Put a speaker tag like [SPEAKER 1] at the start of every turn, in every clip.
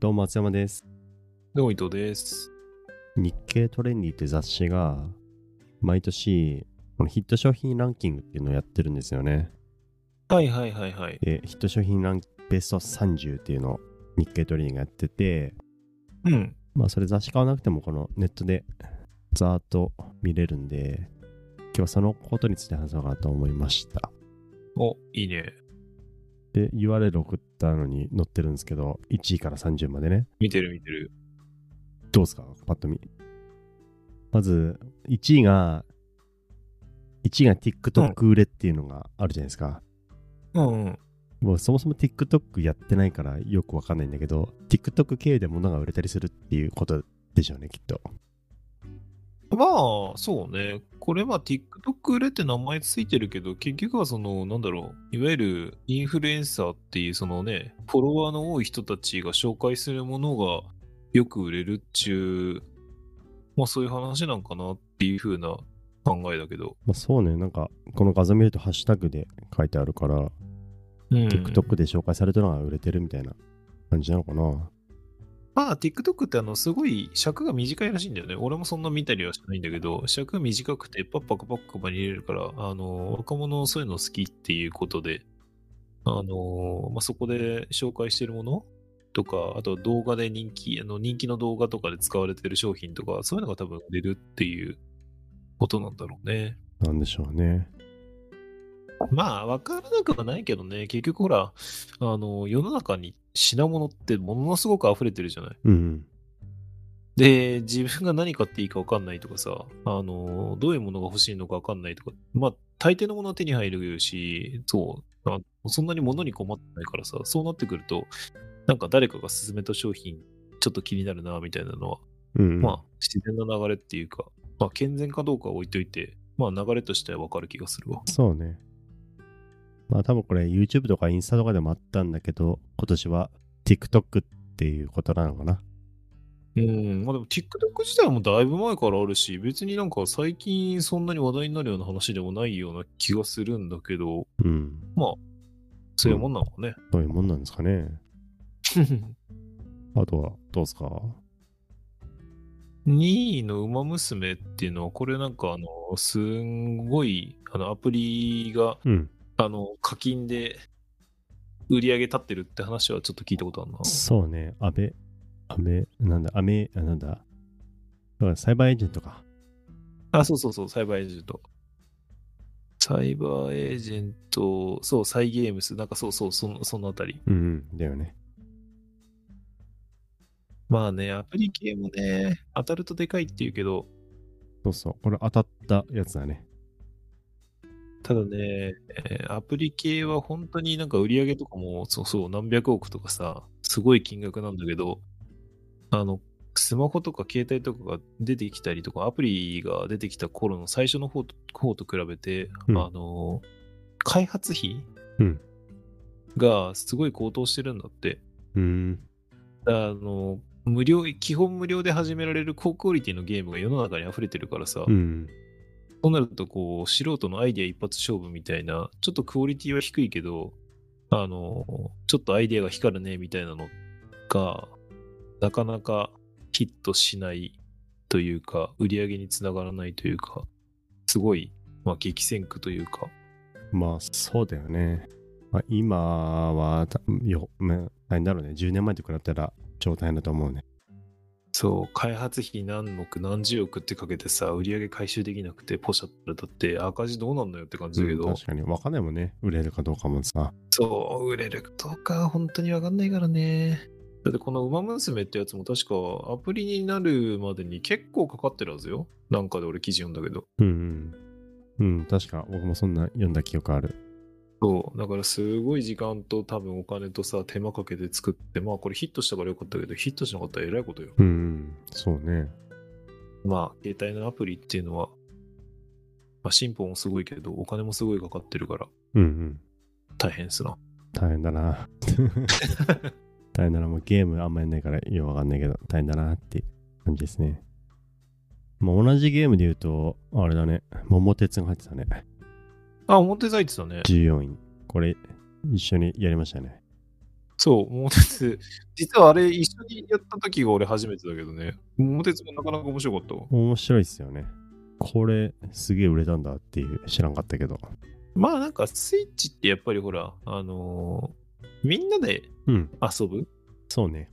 [SPEAKER 1] どうも、松山です。
[SPEAKER 2] どうも伊藤です。
[SPEAKER 1] 日経トレンディって雑誌が、毎年、このヒット商品ランキングっていうのをやってるんですよね。
[SPEAKER 2] はいはいはいはい。
[SPEAKER 1] で、ヒット商品ランベスト30っていうのを日経トレンディがやってて、
[SPEAKER 2] うん。
[SPEAKER 1] まあ、それ雑誌買わなくても、このネットでざーっと見れるんで、今日はそのことについて話そうかなと思いました。
[SPEAKER 2] お、いいね。
[SPEAKER 1] で、URL 送ったのに載ってるんですけど、1位から30までね。
[SPEAKER 2] 見てる見てる。
[SPEAKER 1] どうですかパッと見。まず、1位が、1位が TikTok 売れっていうのがあるじゃないですか。
[SPEAKER 2] うんうん。
[SPEAKER 1] もうそもそも TikTok やってないからよくわかんないんだけど、TikTok 経由で物が売れたりするっていうことでしょうね、きっと。
[SPEAKER 2] まあ、そうね。これは TikTok 売れって名前ついてるけど、結局はその、なんだろう。いわゆるインフルエンサーっていう、そのね、フォロワーの多い人たちが紹介するものがよく売れるっちゅう、まあそういう話なんかなっていう風な考えだけど。
[SPEAKER 1] まあ、そうね、なんか、この画像見るとハッシュタグで書いてあるから、
[SPEAKER 2] うん。
[SPEAKER 1] TikTok で紹介されたのが売れてるみたいな感じなのかな。
[SPEAKER 2] まあ、TikTok ってあの、すごい尺が短いらしいんだよね。俺もそんな見たりはしないんだけど、尺が短くてパッパカパッカパに入れるから、あの、若者そういうの好きっていうことで、あの、まあ、そこで紹介してるものとか、あとは動画で人気、あの、人気の動画とかで使われてる商品とか、そういうのが多分売れるっていうことなんだろうね。
[SPEAKER 1] なんでしょうね。
[SPEAKER 2] まあ、わからなくはないけどね、結局ほら、あの、世の中に品物ってものすごく溢れてるじゃない。
[SPEAKER 1] うん。
[SPEAKER 2] で、自分が何買っていいか分かんないとかさ、あの、どういうものが欲しいのか分かんないとか、まあ、大抵のものは手に入るし、そう、あそんなに物に困ってないからさ、そうなってくると、なんか誰かが勧めた商品、ちょっと気になるな、みたいなのは、
[SPEAKER 1] うん。
[SPEAKER 2] まあ、自然な流れっていうか、まあ、健全かどうかは置いといて、まあ、流れとしては分かる気がするわ。
[SPEAKER 1] そうね。まあ多分これ YouTube とかインスタとかでもあったんだけど、今年は TikTok っていうことなのかな。
[SPEAKER 2] うん、まあでも TikTok 自体もだいぶ前からあるし、別になんか最近そんなに話題になるような話でもないような気がするんだけど、
[SPEAKER 1] うん。
[SPEAKER 2] そういうもんなのかね。
[SPEAKER 1] そういうもんなんですかね。あとは、どうですか
[SPEAKER 2] 2位の「ウマ娘」っていうのはこれなんかあのすんごいあのアプリが
[SPEAKER 1] うん。
[SPEAKER 2] あの課金で売り上げ立ってるって話はちょっと聞いたことあるな。
[SPEAKER 1] そうね。安倍、安倍、なんだ、安倍、あなんだ。だからサイバーエージェントか。
[SPEAKER 2] あ、そうそうそう、サイバーエージェント。サイバーエージェント、そう、サイゲームス、なんかそうそう、そのそのあたり。
[SPEAKER 1] うん、うん。だよね。
[SPEAKER 2] まあね、アプリ系もね、当たるとでかいっていうけど、
[SPEAKER 1] そうそう。これ当たったやつだね。
[SPEAKER 2] ただね、えーアプリ系は本当になんか売り上げとかも、そうそう、何百億とかさ、すごい金額なんだけど、あの、スマホとか携帯とかが出てきたりとか、アプリが出てきた頃の最初の方と方と比べて、
[SPEAKER 1] うん
[SPEAKER 2] あの、開発費、
[SPEAKER 1] うん
[SPEAKER 2] がすごい高騰してるんだって。
[SPEAKER 1] うん。
[SPEAKER 2] だからあの、無料、基本無料で始められる高クオリティのゲームが世の中に溢れてるからさ、
[SPEAKER 1] うん。
[SPEAKER 2] そうなると、こう、素人のアイデア一発勝負みたいな、ちょっとクオリティは低いけど、あの、ちょっとアイデアが光るね、みたいなのが、なかなかヒットしないというか、売り上げにつながらないというか、すごい、まあ、激戦区というか、
[SPEAKER 1] まあ、そうだよね。まあ、今はた、よ、まあ大変だろうね。10年前と比べたら、超大変だと思うね。
[SPEAKER 2] そう、開発費何億、何十億ってかけてさ、売り上げ回収できなくて、ポシャってだって赤字どうなんだよって感じだけど、
[SPEAKER 1] うん確かに分かんないもんね売れるかどうかもさ
[SPEAKER 2] そう、売れるかどうか本当にわかんないからね。だってこの「ウマ娘」ってやつも確かアプリになるまでに結構かかってるはずよ。なんかで俺記事読んだけど。
[SPEAKER 1] うんうんうん確か僕もそんな読んだ記憶ある
[SPEAKER 2] そう、だからすごい時間と多分お金とさ、手間かけて作って、まあこれヒットしたからよかったけど、ヒットしなかったらえらいことよ。
[SPEAKER 1] うん、うん、そうね
[SPEAKER 2] まあ携帯のアプリっていうのは、まあ進歩もすごいけど、お金もすごいかかってるから
[SPEAKER 1] うんうん
[SPEAKER 2] 大変っすな。
[SPEAKER 1] 大変だ な大変だなもうゲームあんまやんないからよう分かんないけど大変だなって感じですねまあ同じゲームで言うとあれだね桃鉄が入ってたね
[SPEAKER 2] あ、表材ってたね。
[SPEAKER 1] 14位これ一緒にやりましたね
[SPEAKER 2] そう、桃鉄。実はあれ、一緒にやった時が俺初めてだけどね。桃鉄もなかなか面白かったわ。
[SPEAKER 1] 面白いっすよね。これ、すげえ売れたんだっていう、知らんかったけど。
[SPEAKER 2] まあなんか、スイッチってやっぱりほら、あのーみんなで
[SPEAKER 1] うん、
[SPEAKER 2] 遊ぶ
[SPEAKER 1] そうね。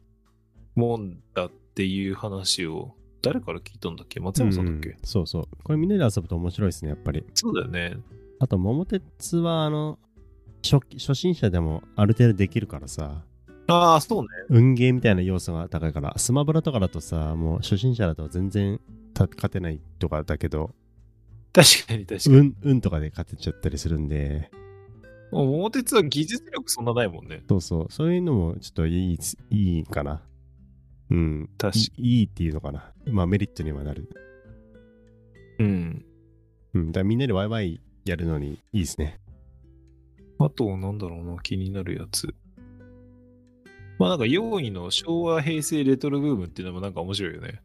[SPEAKER 2] もんだっていう話を、誰から聞いたんだっけ松山さんだっけ、
[SPEAKER 1] うそうそう。これみんなで遊ぶと面白いっすね、やっぱり。
[SPEAKER 2] そうだよね。
[SPEAKER 1] あと、桃鉄は、あの、初期初心者でもある程度できるからさ、
[SPEAKER 2] ああ、そうね。
[SPEAKER 1] 運ゲーみたいな要素が高いから、スマブラとかだとさ、もう初心者だと全然た勝てないとかだけど、
[SPEAKER 2] 確かに確かに。
[SPEAKER 1] 運、運とかで勝てちゃったりするんで、
[SPEAKER 2] もう桃鉄は技術力そんなないもんね。
[SPEAKER 1] そうそう、そういうのもちょっといいつ、いいかな。うん、
[SPEAKER 2] 確か
[SPEAKER 1] いいいっていうのかな。まあメリットにはなる。
[SPEAKER 2] に。うん。
[SPEAKER 1] うん、だからみんなでワイワイやるのにいいですね。
[SPEAKER 2] あと、なんだろうな、気になるやつ。まあなんか4位の昭和平成レトロブームっていうのもなんか面白いよね。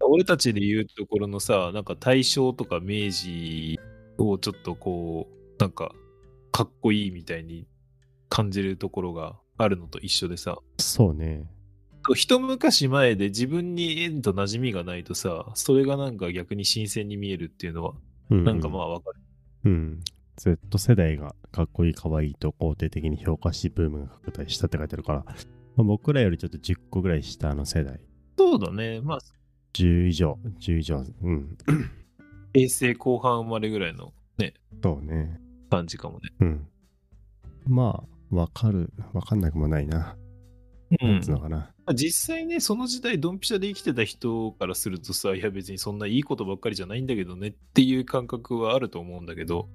[SPEAKER 2] 俺たちで言うところのさ、なんか大正とか明治をちょっとこう、なんかかっこいいみたいに感じるところがあるのと一緒でさ、
[SPEAKER 1] そうね。
[SPEAKER 2] こう一昔前で自分に縁と馴染みがないとさ、それがなんか逆に新鮮に見えるっていうのは、
[SPEAKER 1] う
[SPEAKER 2] なんかまあわかる。
[SPEAKER 1] うん。Z 世代がかっこいい、かわいいと肯定的に評価し、ブームが拡大したって書いてあるから、まあ僕らよりちょっと10個ぐらい下の世代、
[SPEAKER 2] そうだね。まあ
[SPEAKER 1] 10以上、10以上、うん。
[SPEAKER 2] 平成後半生まれぐらいの
[SPEAKER 1] そうね。
[SPEAKER 2] 感じかもね。
[SPEAKER 1] うん。まあ、わかる、わかんなくもないな。なんつうのかな。
[SPEAKER 2] まあ実際ね、その時代、ドンピシャで生きてた人からするとさ、いや別にそんないいことばっかりじゃないんだけどねっていう感覚はあると思うんだけど、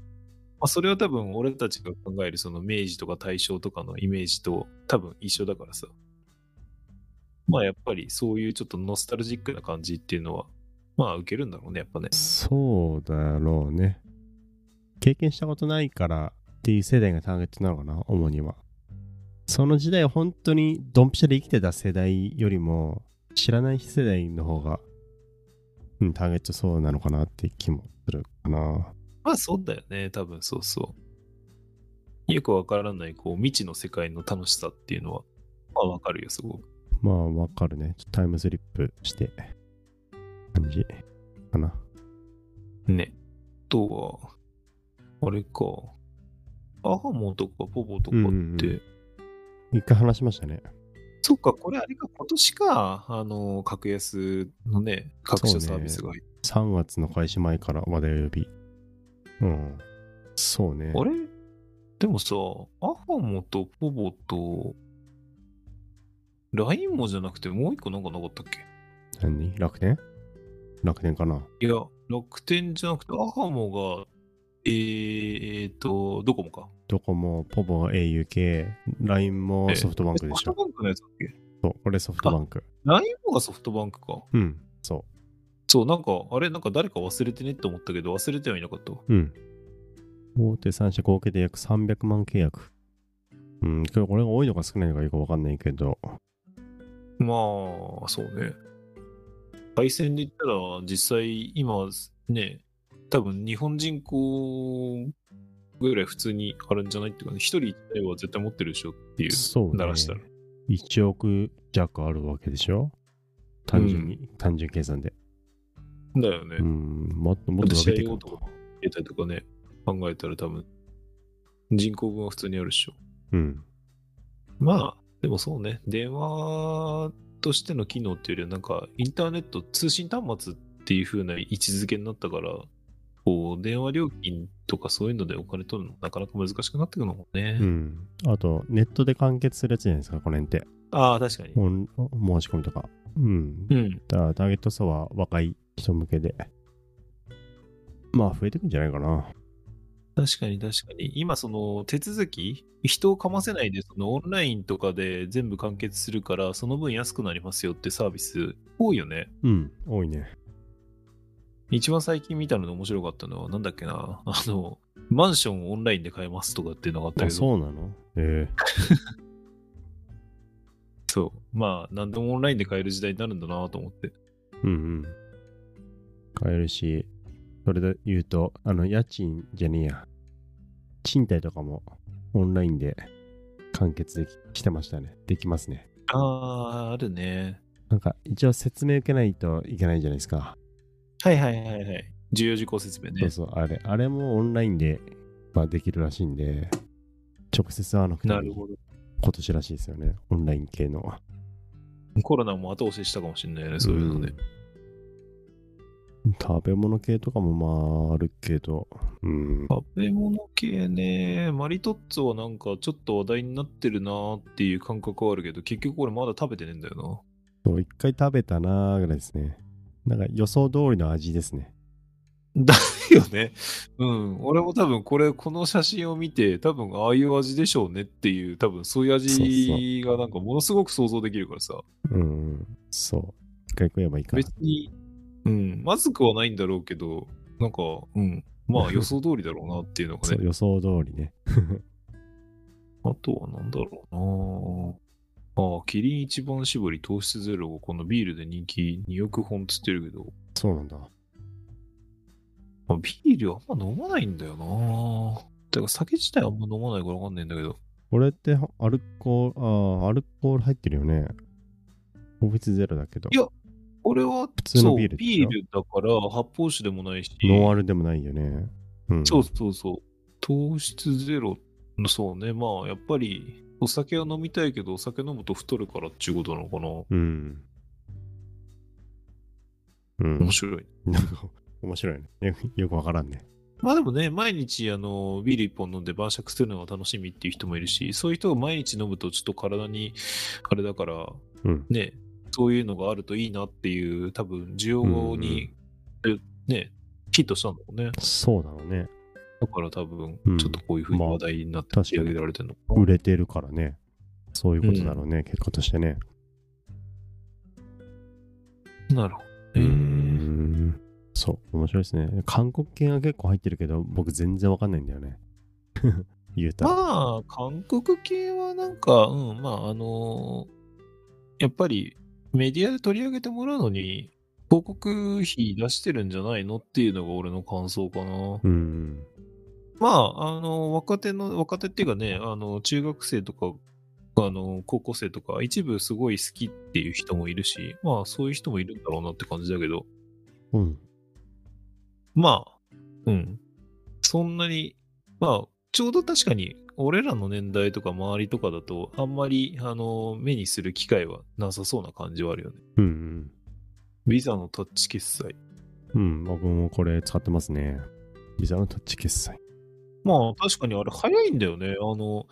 [SPEAKER 2] まあ、それは多分俺たちが考えるその明治とか大正とかのイメージと多分一緒だからさ。まあやっぱりそういうちょっとノスタルジックな感じっていうのは、まあ受けるんだろうね、やっぱね。
[SPEAKER 1] そうだろうね。経験したことないからっていう世代がターゲットなのかな、主には。その時代、本当にドンピシャで生きてた世代よりも、知らない世代の方が、うん、ターゲットそうなのかなって気もするかな。
[SPEAKER 2] まあそうだよね、多分そうそう。よくわからない、こう、未知の世界の楽しさっていうのは、まあわかるよ、すごく。
[SPEAKER 1] まあ、わかるね。ちょっとタイムスリップして、感じかな。
[SPEAKER 2] ね。あとは、あれか。アハモとかポポとか
[SPEAKER 1] う
[SPEAKER 2] って、
[SPEAKER 1] んうんうん一回話しましたね。
[SPEAKER 2] そっか、これあれか、今年か、あの、格安のね、各社サービスが入って、
[SPEAKER 1] 3月の開始前から話題を呼び。うん。そうね。
[SPEAKER 2] あれでもさ、アハモとポポと、LINE もじゃなくてもう一個なんかなかったっけ
[SPEAKER 1] 何楽天楽天かない
[SPEAKER 2] や、楽天じゃなくて、アハモが、えー、えーと、ドコモか。
[SPEAKER 1] ドコモ、ポボ、AUK、LINE もソフトバンクでし
[SPEAKER 2] ソ
[SPEAKER 1] ょ
[SPEAKER 2] フト。バンクのやつだっけ
[SPEAKER 1] そう、これソフトバンク。
[SPEAKER 2] ?LINE もがソフトバンクか。
[SPEAKER 1] うん、そ
[SPEAKER 2] そう、なんか、あれ、なんか誰か忘れてねって思ったけど、忘れてはいなかった。
[SPEAKER 1] う。うん。大手3社合計で約300万契約。うん、けどこれが多いのか少ないのかよくわかんないけど。
[SPEAKER 2] まあ、そうね。対戦で言ったら、実際、今、ね、多分日本人口ぐらい普通にあるんじゃないっていうか、ね、一人一台は絶対持ってるでしょっていう。
[SPEAKER 1] そうね
[SPEAKER 2] 鳴らしたら。
[SPEAKER 1] 1億弱あるわけでしょ単純に、単純計算で。
[SPEAKER 2] だよね。
[SPEAKER 1] うん、もっとも
[SPEAKER 2] も
[SPEAKER 1] っ
[SPEAKER 2] っ
[SPEAKER 1] と
[SPEAKER 2] と
[SPEAKER 1] 伸
[SPEAKER 2] 試
[SPEAKER 1] びて
[SPEAKER 2] 合
[SPEAKER 1] く
[SPEAKER 2] 用
[SPEAKER 1] る
[SPEAKER 2] とか、携帯とかね、考えたら多分、人口分は普通にあるでしょ。
[SPEAKER 1] うん。
[SPEAKER 2] まあ、でもそうね、電話としての機能っていうよりは、なんか、インターネット通信端末っていう風な位置づけになったから、こう、電話料金とかそういうのでお金取るのなかなか難しくなってくるのもね。
[SPEAKER 1] うん。あと、ネットで完結するやつじゃないですか、この辺って。
[SPEAKER 2] ああ、確かに。
[SPEAKER 1] オン申し込みとか。うん
[SPEAKER 2] う。ん。
[SPEAKER 1] だからターゲット層は若い人向けで。まあ、増えてくんじゃないかな。
[SPEAKER 2] 確かに確かに。今、その手続き、人をかませないで、そのオンラインとかで全部完結するから、その分安くなりますよってサービス多いよね。
[SPEAKER 1] うん、多いね。
[SPEAKER 2] 一番最近見たので面白かったのは、なんだっけな、あの、マンションをオンラインで買えますとかっていうのがあったけ
[SPEAKER 1] あ、
[SPEAKER 2] ど、
[SPEAKER 1] そうなのえ
[SPEAKER 2] そう。まあ、何でもオンラインで買える時代になるんだなと思って。
[SPEAKER 1] えうんうん。買えるし、それで言うと、あの、家賃じゃねえや。賃貸とかもオンラインで完結できしてましたね。できますね。
[SPEAKER 2] あー、あるね。
[SPEAKER 1] なんか一応説明受けないといけないじゃないですか。
[SPEAKER 2] はいはいはいはい。重要事項説明ね。
[SPEAKER 1] そうそう、あれ。あれもオンラインで、まあ、できるらしいんで、直接会わなくて
[SPEAKER 2] な
[SPEAKER 1] も
[SPEAKER 2] るほど。
[SPEAKER 1] 今年らしいですよね。オンライン系の。
[SPEAKER 2] コロナも後押ししたかもしれないよね、そういうので。
[SPEAKER 1] うん食べ物系とかもまああるけど、うん。
[SPEAKER 2] 食べ物系ね、マリトッツォはなんかちょっと話題になってるなーっていう感覚はあるけど、結局俺まだ食べてねえんだよな。
[SPEAKER 1] そう一回食べたなーぐらいですね。なんか予想通りの味ですね。
[SPEAKER 2] だよね。うん。俺も多分これ、この写真を見て、多分ああいう味でしょうねっていう、多分そういう味がなんかものすごく想像できるからさ。
[SPEAKER 1] うん。そう。一回食えばいいから
[SPEAKER 2] 別。に、うん、まずくはないんだろうけど、なんか、うん。 まあ予想通りだろうなっていうのが
[SPEAKER 1] そう
[SPEAKER 2] ね。
[SPEAKER 1] 予想通りね。
[SPEAKER 2] あとはなんだろうなああ、キリン一番搾り糖質ゼロがこのビールで人気2億本っつってるけど、
[SPEAKER 1] そうなんだ。
[SPEAKER 2] まあ、ビールあんま飲まないんだよなてか酒自体あんま飲まないからわかんないんだけど。
[SPEAKER 1] これってアルコール、ああ、アルコール入ってるよね。糖質ゼロだけど
[SPEAKER 2] い。や俺は
[SPEAKER 1] 普通のビール
[SPEAKER 2] そう
[SPEAKER 1] でし
[SPEAKER 2] ビ
[SPEAKER 1] ょ
[SPEAKER 2] ールだから発泡酒でもないし、
[SPEAKER 1] ノンアルでもないよね。うん。
[SPEAKER 2] そうそうそう。糖質ゼロの、そうね。まあやっぱりお酒は飲みたいけど、お酒飲むと太るからっていうことなのかな。
[SPEAKER 1] うん。うん。
[SPEAKER 2] 面白い。
[SPEAKER 1] なんか面白いね。よ よくわからんね。
[SPEAKER 2] まあでもね、毎日あのビール一本飲んで晩酌するのが楽しみっていう人もいるし、そういう人が毎日飲むとちょっと体にあれだから、
[SPEAKER 1] うん。
[SPEAKER 2] ね、そういうのがあるといいなっていう、多分需要に、えね、ヒットしたんだろうね。
[SPEAKER 1] そうだろうね。
[SPEAKER 2] だから多分
[SPEAKER 1] うん、
[SPEAKER 2] ちょっとこういうふうに話題になって
[SPEAKER 1] まあ
[SPEAKER 2] 仕上げられてるのかな。
[SPEAKER 1] 売れてるからね。そういうことだろうね、結果としてね。
[SPEAKER 2] なるほどね、
[SPEAKER 1] ん。そう、面白いですね。韓国系が結構入ってるけど、僕全然わかんないんだよね。 言うたら。
[SPEAKER 2] まあ、韓国系はなんか、うん、まあ、あのーやっぱりメディアで取り上げてもらうのに、広告費出してるんじゃないのっていうのが俺の感想かな。
[SPEAKER 1] うん。
[SPEAKER 2] まあ、あのー若手の、若手っていうかね、あのー中学生とか、あのー高校生とか、一部すごい好きっていう人もいるし、まあ、そういう人もいるんだろうなって感じだけど、
[SPEAKER 1] うん。
[SPEAKER 2] まあ、うん。そんなに、まあ、ちょうど確かに、俺らの年代とか周りとかだと、あんまり、あの、目にする機会はなさそうな感じはあるよね。
[SPEAKER 1] うん。
[SPEAKER 2] ビザのタッチ決済。
[SPEAKER 1] うん。僕もこれ使ってますね。ビザのタッチ決済。
[SPEAKER 2] まあ、確かにあれ早いんだよね。あの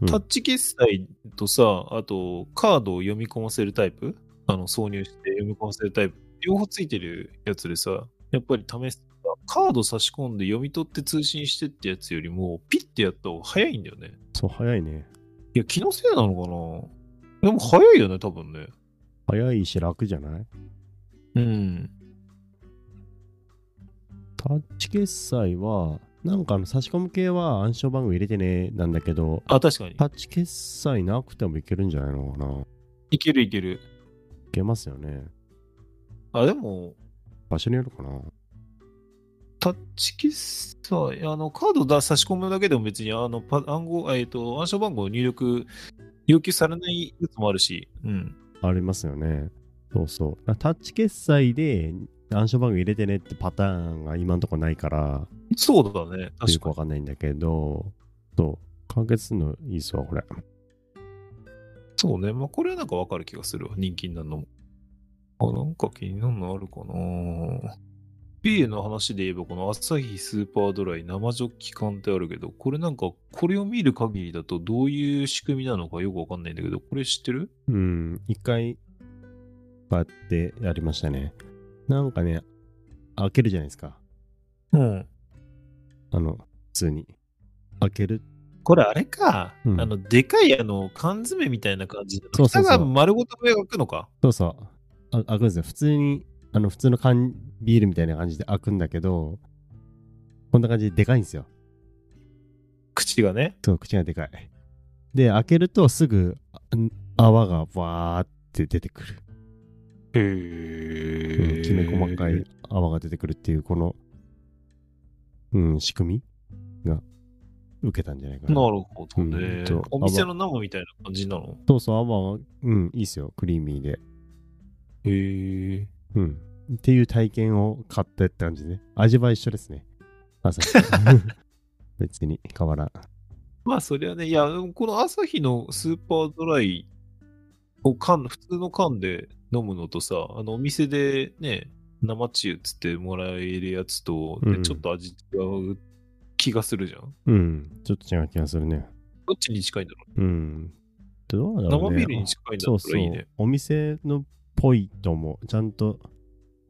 [SPEAKER 1] うん、
[SPEAKER 2] タッチ決済とさ、あと、カードを読み込ませるタイプあの、挿入して読み込ませるタイプ。両方ついてるやつでさ、やっぱり試すとさカード差し込んで読み取って通信してってやつよりも、ピッてやった方が早いんだよね。
[SPEAKER 1] そう、早いね。
[SPEAKER 2] いや、気のせいなのかなでも早いよね、多分ね。
[SPEAKER 1] 早いし楽じゃない
[SPEAKER 2] うん。
[SPEAKER 1] タッチ決済は、なんかあの差し込む系は暗証番号入れてねなんだけど、
[SPEAKER 2] あ、確かに
[SPEAKER 1] タ。ッチ決済なくてもいけるんじゃないのかな。い
[SPEAKER 2] いけるいける。
[SPEAKER 1] けますよね。
[SPEAKER 2] あ、でも、
[SPEAKER 1] 場所によるかな。
[SPEAKER 2] タッチ決済、あの、カードだ差し込むだけでも別に、あの、パ暗号、えっ、と、暗証番号入力、要求されないやつもあるし、うん。
[SPEAKER 1] ありますよね。そうそう。タッチ決済で暗証番号入れてねってパターンが今んとこないから、
[SPEAKER 2] そうだね、
[SPEAKER 1] よ
[SPEAKER 2] 確
[SPEAKER 1] く
[SPEAKER 2] か
[SPEAKER 1] わ
[SPEAKER 2] に。
[SPEAKER 1] かんないんだけど、そう。完結するのいいっすわ、これ。
[SPEAKER 2] そうね、まあ、これはなんかわかる気がするわ、人気になるのも。あ、なんか気になるのあるかなビールの話で言えば、このアサヒスーパードライ生ジョッキ缶ってあるけど、これなんか、これを見る限りだとどういう仕組みなのかよくわかんないんだけど、これ知ってる
[SPEAKER 1] うん、一回、こうやってやりましたね。なんかね、開けるじゃないですか。
[SPEAKER 2] うん。
[SPEAKER 1] あの、普通に。開ける。
[SPEAKER 2] これあれか、
[SPEAKER 1] うん
[SPEAKER 2] あの、でかいあの、缶詰みたいな感じで、
[SPEAKER 1] そうそうそう
[SPEAKER 2] 蓋が丸ごと上が開くのか
[SPEAKER 1] そうそう。あ開くんですよ。普通に、あの、普通の缶ビールみたいな感じで開くんだけど、こんな感じででかいんですよ。
[SPEAKER 2] 口がね。
[SPEAKER 1] そう、口がでかい。で、開けるとすぐあん泡がわーって出てくる。
[SPEAKER 2] へ
[SPEAKER 1] うん
[SPEAKER 2] え
[SPEAKER 1] きめ細かい。泡が出てくるっていう、この、うん、仕組みが受けたんじゃないかな。
[SPEAKER 2] なるほどね。
[SPEAKER 1] うん
[SPEAKER 2] お店の生みたいな感じなの
[SPEAKER 1] そうそう、アバンは、うん、いいっすよ。クリーミーで。
[SPEAKER 2] へえ。
[SPEAKER 1] うん。っていう体験を買ったって感じね。味は一緒ですね。あ、 そう別に変わらん。
[SPEAKER 2] まあそりゃね、いや、この朝日のスーパードライを缶、普通の缶で飲むのとさ、あのお店でね、生中っつってもらえるやつと、で
[SPEAKER 1] うん
[SPEAKER 2] ちょっと味違う気がするじゃん。
[SPEAKER 1] うん。ちょっと違う気がするね。
[SPEAKER 2] どっちに近いんだろ
[SPEAKER 1] うん。どうなん
[SPEAKER 2] う
[SPEAKER 1] だろうね。
[SPEAKER 2] 生ビールに近いんだ
[SPEAKER 1] そう
[SPEAKER 2] った
[SPEAKER 1] そう。
[SPEAKER 2] らいいね。
[SPEAKER 1] お店のっぽいと思う。ちゃんと、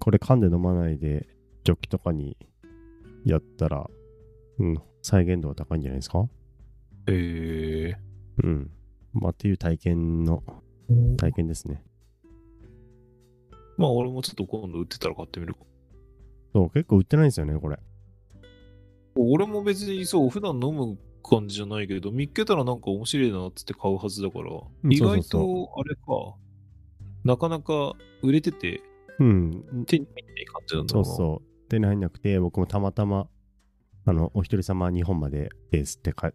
[SPEAKER 1] これ噛んで飲まないで、ジョッキとかにやったら、うん、再現度は高いんじゃないですか
[SPEAKER 2] へえ。
[SPEAKER 1] うん。まあ、っていう体験の、体験ですね。
[SPEAKER 2] まあ俺もちょっと今度売ってたら買ってみるか。
[SPEAKER 1] そう、結構売ってないんですよね、これ。
[SPEAKER 2] 俺も別にそう、普段飲む感じじゃないけど、見っけたらなんか面白いなっつって買うはずだから、
[SPEAKER 1] ん
[SPEAKER 2] 意外
[SPEAKER 1] そう
[SPEAKER 2] とあれか、なかなか売れてて
[SPEAKER 1] うん。
[SPEAKER 2] 手に入ってない感じなんだ
[SPEAKER 1] そ
[SPEAKER 2] ろ
[SPEAKER 1] う
[SPEAKER 2] うな。
[SPEAKER 1] そう。手に入んなくて、僕もたまたま、あの、お一人様日本までですってか、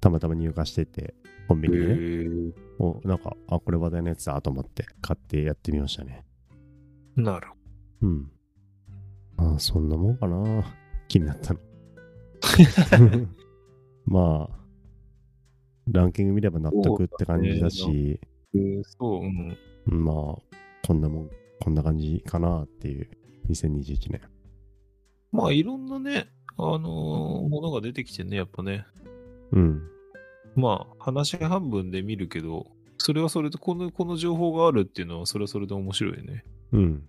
[SPEAKER 1] たまたま入荷してて、コンビニでね。
[SPEAKER 2] へー
[SPEAKER 1] お、なんか、あ、これ話題のやつだと思って、買ってやってみましたね。
[SPEAKER 2] なるほ
[SPEAKER 1] うん。まあ、そんなもんかな。気にな ったの。まあ、ランキング見れば納得って感じだ
[SPEAKER 2] そうだ
[SPEAKER 1] し、
[SPEAKER 2] ど。そう、うん。
[SPEAKER 1] まあ、こんなもん、こんな感じかなっていう、2021年。
[SPEAKER 2] まあいろんなね、あのーものが出てきてね、やっぱね。
[SPEAKER 1] うん。
[SPEAKER 2] まあ話半分で見るけど、それはそれで、この、この情報があるっていうのは、それはそれで面白いね。
[SPEAKER 1] うん。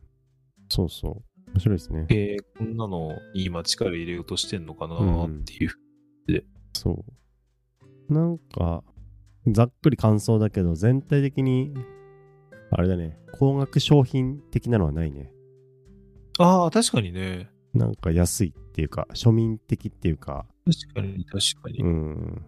[SPEAKER 1] そうそう。面白いですね。
[SPEAKER 2] えー、こんなのに今力入れようとしてんのかなーっていう。
[SPEAKER 1] そう。なんか、ざっくり感想だけど、全体的に、あれだね、高額商品的なのはないね。
[SPEAKER 2] ああ、確かにね。
[SPEAKER 1] なんか安いっていうか、庶民的っていうか、
[SPEAKER 2] 確かに、確かに。
[SPEAKER 1] うん。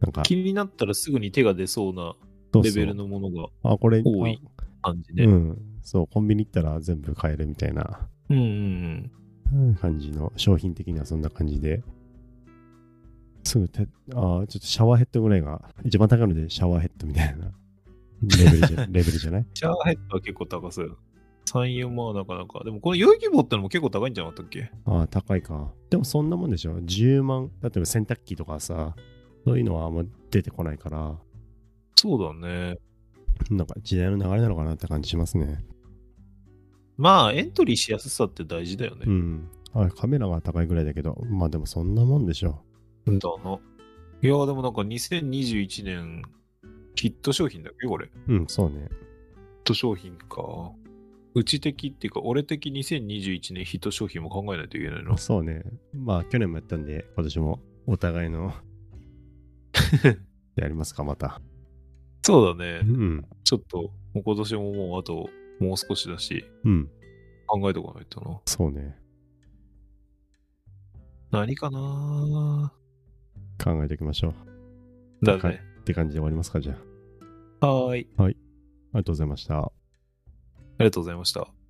[SPEAKER 1] なんか、
[SPEAKER 2] 気になったらすぐに手が出そうな
[SPEAKER 1] そう
[SPEAKER 2] レ
[SPEAKER 1] そう
[SPEAKER 2] ベルのものが
[SPEAKER 1] あ、これ、
[SPEAKER 2] 多い感じ
[SPEAKER 1] あ
[SPEAKER 2] ね。
[SPEAKER 1] う
[SPEAKER 2] うん
[SPEAKER 1] ん。そう、コンビニ行ったら全部買えるみたいな
[SPEAKER 2] うんうん。
[SPEAKER 1] うん感じの、商品的にはそんな感じで。すぐて、あーちょっとシャワーヘッドぐらいが、一番高いのでシャワーヘッドみたいなレベルじゃレベルじゃない
[SPEAKER 2] シャワーヘッドは結構高そうよ。3、4万はなかなか。でもこの余裕規模ってのも結構高いんじゃなかったっけ
[SPEAKER 1] ああ、高いか。でもそんなもんでしょ。10万、例えば洗濯機とかさ、そういうのはあんま出てこないから、
[SPEAKER 2] そうだね。
[SPEAKER 1] なんか時代の流れなのかなって感じしますね。
[SPEAKER 2] まあ、エントリーしやすさって大事だよ
[SPEAKER 1] う
[SPEAKER 2] ね。
[SPEAKER 1] ん。あカメラが高いぐらいだけど、まあでもそんなもんでしょ。
[SPEAKER 2] だな。いやー、でもなんか2021年、キット商品だっけこれ。キッ
[SPEAKER 1] うん、そうね。
[SPEAKER 2] ト商品か。うち的っていうか、俺的2021年ヒット商品も考えないといけないな。
[SPEAKER 1] そうね。まあ去年もやったんで、今年もお互いのやりますか、また。
[SPEAKER 2] そうだね
[SPEAKER 1] う。ん。
[SPEAKER 2] ちょっと、もう今年ももうあと、もう少しだし、
[SPEAKER 1] うん。
[SPEAKER 2] 考えとかないとな。
[SPEAKER 1] そうね。
[SPEAKER 2] 何かな
[SPEAKER 1] 考えておきましょう。
[SPEAKER 2] だ
[SPEAKER 1] はい
[SPEAKER 2] ね。
[SPEAKER 1] って感じで終わりますか、じゃあ。あ
[SPEAKER 2] はーい。
[SPEAKER 1] りがとうございました。
[SPEAKER 2] ありがとうございました。